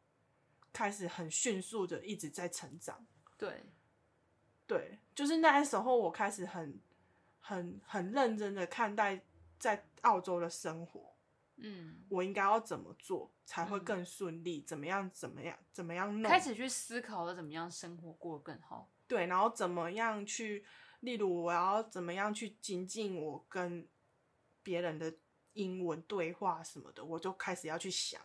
S2: 开始很迅速的一直在成长。
S1: 对，
S2: 对，就是那时候我开始很、很、很认真的看待在澳洲的生活，
S1: 嗯，
S2: 我应该要怎么做才会
S1: 嗯
S2: 更顺利？怎么样？怎么样？怎么样弄？
S1: 开始去思考了怎么样生活过得更好。
S2: 对，然后怎么样去？例如，我要怎么样去精进我跟别人的英文对话什么的，我就开始要去想。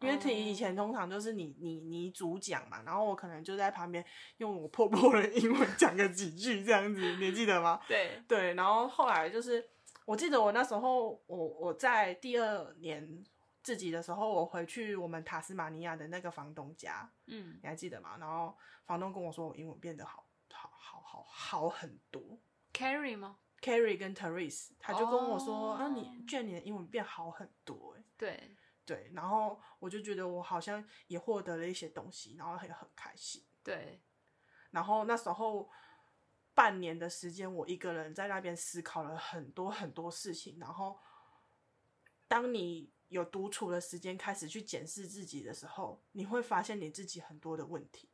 S2: 因为以以
S1: 哦
S2: 前通常就是你你你主讲嘛，然后我可能就在旁边用我破破的英文讲个几句这样子，你还记得吗？
S1: 对，
S2: 对，然后后来就是，我记得我那时候，我我在第二年自己的时候，我回去我们塔斯马尼亚的那个房东家，
S1: 嗯
S2: 你还记得吗？然后房东跟我说，我英文变得好好好好好很多。
S1: ，carry 吗？
S2: Carrie 跟 Teresa，他就跟我说：“
S1: 哦
S2: 啊，你居然你的英文变好很多、欸，
S1: 对，
S2: 对。”然后我就觉得我好像也获得了一些东西，然后也很开心。
S1: 对，
S2: 然后那时候半年的时间，我一个人在那边思考了很多很多事情。然后，当你有独处的时间，开始去检视自己的时候，你会发现你自己很多的问题，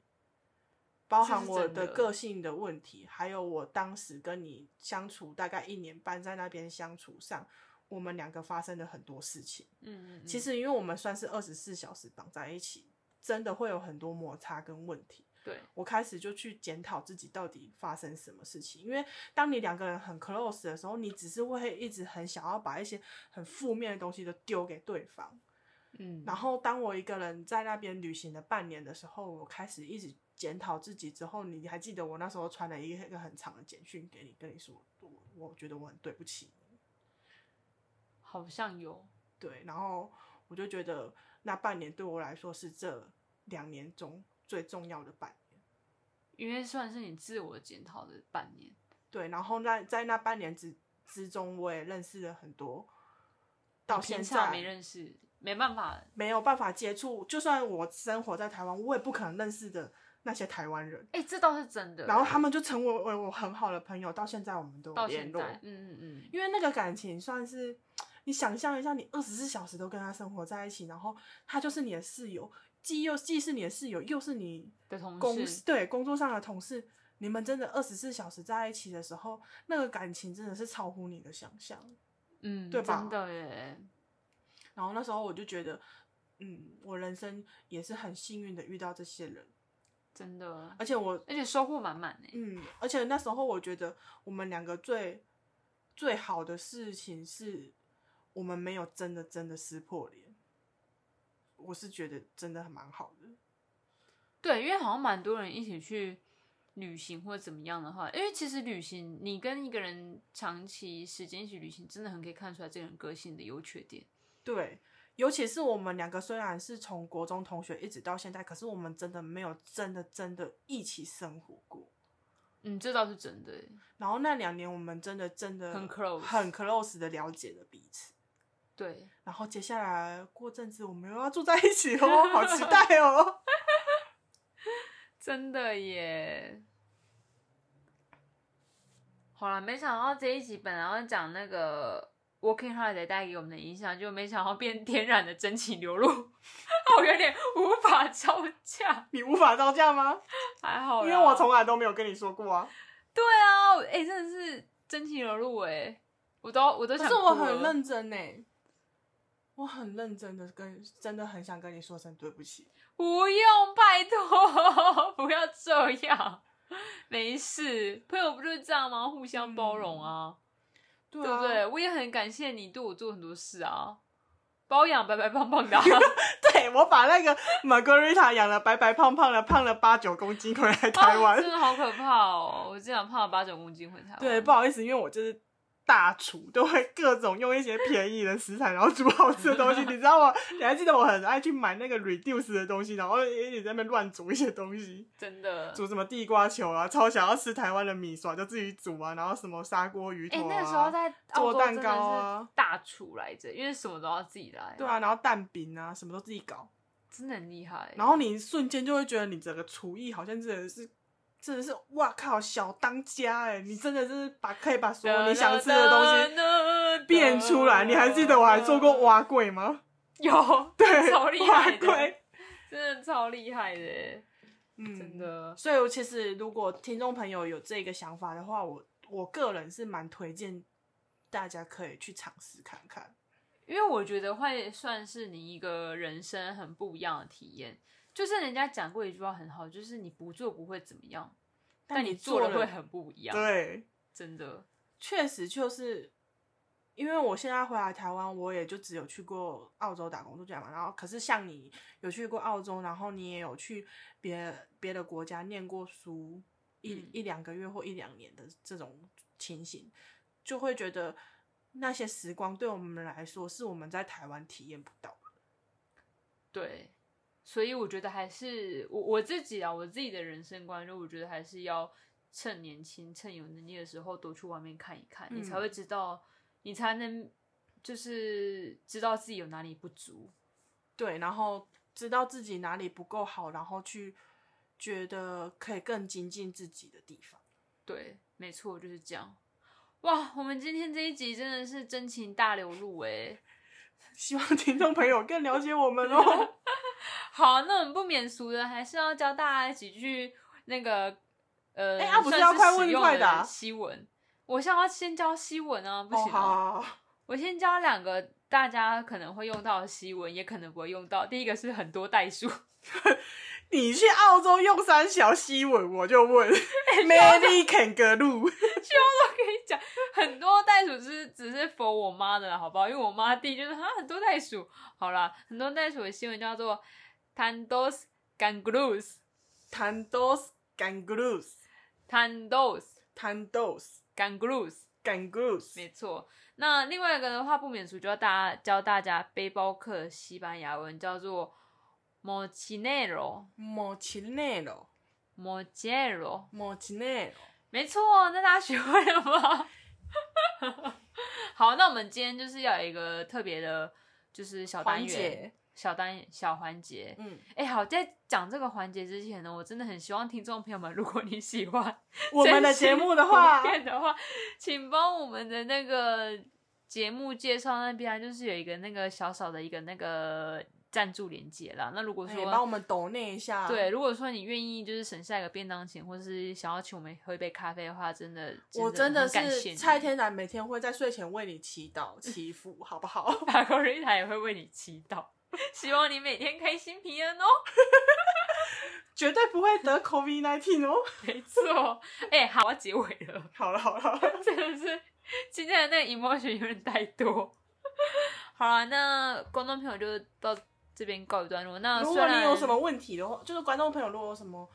S2: 包含我
S1: 这是真
S2: 的
S1: 的
S2: 个性的问题，还有我当时跟你相处大概一年半，在那边相处上，我们两个发生了很多事情。
S1: 嗯嗯，
S2: 其实，因为我们算是二十四小时绑在一起，真的会有很多摩擦跟问题。
S1: 对，
S2: 我开始就去检讨自己到底发生什么事情，因为当你两个人很 close 的时候，你只是会一直很想要把一些很负面的东西都丢给对方。
S1: 嗯，
S2: 然后当我一个人在那边旅行了半年的时候，我开始一直检讨自己。之后你还记得我那时候传了一个很长的简讯给你，跟你说我我觉得我很对不起你。
S1: 好像有，
S2: 对，然后我就觉得那半年对我来说是这两年中最重要的半年。
S1: 因为算是你自我检讨的半年。
S2: 对，然后那在那半年之之中，我也认识了很多，到
S1: 你平
S2: 现
S1: 常没
S2: 在
S1: 认识，没办法，
S2: 没有办法接触，就算我生活在台湾，我也不可能认识的那些台湾人。
S1: 哎、这倒是真的。
S2: 然后他们就成为为我很好的朋友，到现在我们都有
S1: 到
S2: 联
S1: 现
S2: 络。
S1: 在，嗯嗯嗯，
S2: 因为那个感情算是，你想象一下，你二十四小时都跟他生活在一起，然后他就是你的室友，既又既是你的室友，又是你
S1: 的同
S2: 公
S1: 事，
S2: 对工作上的同事，你们真的二十四小时在一起的时候，那个感情真的是超乎你的想象。
S1: 嗯，
S2: 对吧
S1: 真的耶，
S2: 然后那时候我就觉得，嗯，我人生也是很幸运的遇到这些人，
S1: 真的，
S2: 而且我
S1: 而且收获满满呢。
S2: 嗯，而且那时候我觉得我们两个最最好的事情是，我们没有真的真的撕破脸。我是觉得真的很蛮好的，
S1: 对，因为好像蛮多人一起去旅行或者怎么样的话，因为其实旅行，你跟一个人长期时间一起旅行，真的很可以看出来这个人个性的优缺点。
S2: 对。尤其是我们两个虽然是从国中同学一直到现在，可是我们真的没有真的真的一起生活过。
S1: 嗯，这倒是真的耶。
S2: 然后那两年我们真的真的
S1: 很 close
S2: 很 close 的了解了彼此。
S1: 对，
S2: 然后接下来过阵子我们又要住在一起哦，好期待哦！ <laughs>
S1: 真的耶。好啦，没想到这一集本来要讲那个 Working Holiday 带给我们的影响，就没想到变天然的真情流露， <laughs> 我有点无法招架。
S2: 你无法招架吗？
S1: 还好
S2: 因
S1: 啦，
S2: 为我从来都没有跟你说过啊。
S1: 对啊，哎、真的是真情流露哎、我都我都
S2: 可
S1: 想
S2: 是
S1: 哭了。
S2: 我很认真呢、我很认真的跟，真的很想跟你说声对不起。
S1: 不用，拜托，不要这样，没事，朋友不就是这样吗？互相包容啊，
S2: 嗯对
S1: 对
S2: 啊，
S1: 不对？我也很感谢你对我做很多事啊，包养白白胖胖的啊、
S2: 对我把那个 Margarita 养了白白胖胖的，胖了八九公斤回来 <laughs> 台
S1: <laughs>
S2: 湾。
S1: 啊真的好可怕哦！我竟然胖了八九公斤回台湾，
S2: 对，不好意思，因为我就是大厨，都会各种用一些便宜的食材，然后煮好吃的东西。你知道吗？你还记得我很爱去买那个 reduce 的东西，然后一直在那边乱煮一些东西。
S1: 真的。
S2: 煮什么地瓜球啊，超想要吃台湾的米刷，就自己煮啊，然后什么砂锅鱼
S1: 哎、
S2: 头啊，
S1: 那个时候在澳洲
S2: 做蛋
S1: 真
S2: 糕
S1: 的
S2: 啊
S1: 是大厨来着，因为什么都要自己来，
S2: 对，啊，然后蛋饼啊，什么都自己搞，
S1: 真的很厉害。
S2: 然后你瞬间就会觉得你整个厨艺好像真的是，真的是哇靠，小当家哎、你真的是把可以把所有你想吃的东西
S1: 西
S2: 变出来。你还记得我还做过蛙柜吗？
S1: <laughs> 有，
S2: <laughs> 对，
S1: 超厉
S2: 蛙
S1: 害的，
S2: 柜，
S1: 真的超厉害的，
S2: 嗯，
S1: 真。的。
S2: 所以，我其实如果听众朋友有这个想法的话，我我个人是蛮推荐大家可以去尝试看看。
S1: 因为我觉得会算是你一个人生很不一样的体验。就是人家讲过一句话很好，就是你不做不会怎么样，但你做了会很不一样。
S2: 对，
S1: 真的，
S2: 确实就是，因为我现在回来台湾，我也就只有去过澳洲打工度假嘛。然后，可是像你有去过澳洲，然后你也有去别别的国家念过书一、
S1: 嗯
S2: 一两个月或一两年的这种情形，就会觉得那些时光对我们来说是我们在台湾体验不到的。
S1: 对。所以我觉得还是我我自己啊，我自己的人生观，就我觉得还是要趁年轻、趁有能力的时候，多去外面看一看，
S2: 嗯
S1: 你才会知道，你才能就是知道自己有哪里不足。
S2: 对，然后知道自己哪里不够好，然后去觉得可以更精进自己的地方。 <laughs>
S1: 对，没错，就是这样。哇，我们今天这一集真的是真情大流露哎、
S2: 希望听众朋友更了解我们哦。
S1: 好，那我们不免俗的，还是要教大家一起去那个呃，
S2: 哎啊不是
S1: 算
S2: 要快
S1: 实
S2: 问
S1: 用
S2: 快答
S1: 的西文。我想要先教西文啊，不
S2: 哦，
S1: 行、
S2: 好
S1: 啊，
S2: 好好好
S1: 我先教两个大家可能会用到的西文，也可能不会用到。第一个是很多代 <laughs> 数，
S2: 你去澳洲用三小西文，我就
S1: <laughs>
S2: 问 Mary Kangaroo，
S1: 我跟你讲，很多袋鼠只是只是 for 我妈的啦，好不好？因为我妈弟就是哈很多袋鼠，好啦，很多袋鼠的新闻叫做 tandos kangaroos
S2: 弹 dos kangaroos，
S1: tandos
S2: 弹 dos
S1: kangaroos，
S2: kangaroos，
S1: 没错。那另外一个的话，不免俗就要大家教大家背包客的西班牙文叫做 mochilero
S2: mochilero
S1: mochilero，
S2: mochilero，
S1: 没错，那大家学会了吗？ <laughs> 好，那我们今天就是要有一个特别的，就是小单
S2: 环
S1: 元。
S2: 节，
S1: 小单小环节。 <laughs>
S2: 嗯，
S1: 哎、好，在讲这个环节之前呢，我真的很希望听众朋友们，如果你喜欢
S2: 我们的
S1: 真实
S2: 节目的话
S1: 影，片的话， <laughs> 请帮我们的那个节目介绍那边啊，就是有一个那个小小的一个那个赞助连接啦。那如果
S2: 哎帮我
S1: 说
S2: 们抖那一下。
S1: 对，，如果说你愿意就是省下一个便当钱，或是想要请我们喝一杯咖啡的话，真的
S2: 我
S1: 真
S2: 真的
S1: 很感谢
S2: 是
S1: 你
S2: 蔡天然每天会在睡前为你祈祷祈福，好不好？
S1: <laughs>
S2: <laughs>
S1: 法国瑞塔也会为你祈祷，希望你每天开心平安哦。
S2: 绝对不会得 COVID nineteen 哦。
S1: 没错，哎、好，我要结尾了，
S2: 好了好了，
S1: <laughs> 真的是今天的那个 emotion 有点太多。 <laughs> 好了，那观众朋友就到这边告一段落。那
S2: 如
S1: 啊虽
S2: 果
S1: 然
S2: 你有什么问题的话，就是观众朋友如果有什么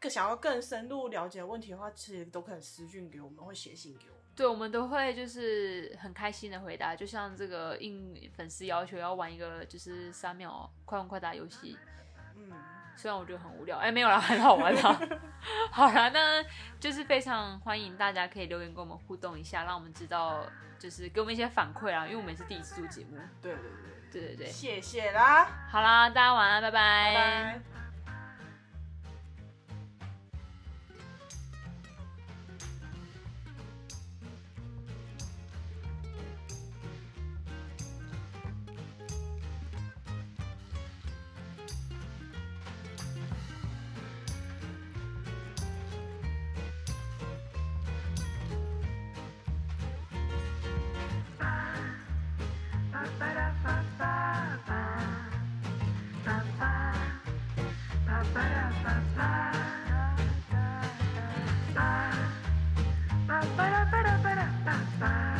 S2: 更想要更深入了解的问题的话，其实都可以私讯给我们，会写信给我们。
S1: 对，我们都会就是很开心的回答，就像这个应粉丝要求要玩一个就是三秒快问快答游戏，
S2: 嗯，
S1: 虽然我觉得很无聊，哎、没有啦， <laughs> 很好玩啦。 <laughs> 好啦，那就是非常欢迎大家可以留言跟我们互动一下，让我们知道，就是给我们一些反馈啊，因为我们也是第一次做节目。
S2: 对对对，
S1: 对对对，
S2: 谢谢啦，
S1: 好啦，大家晚安，
S2: 拜拜。
S3: Ba-ba-da-ba-da-ba-da-ba-ba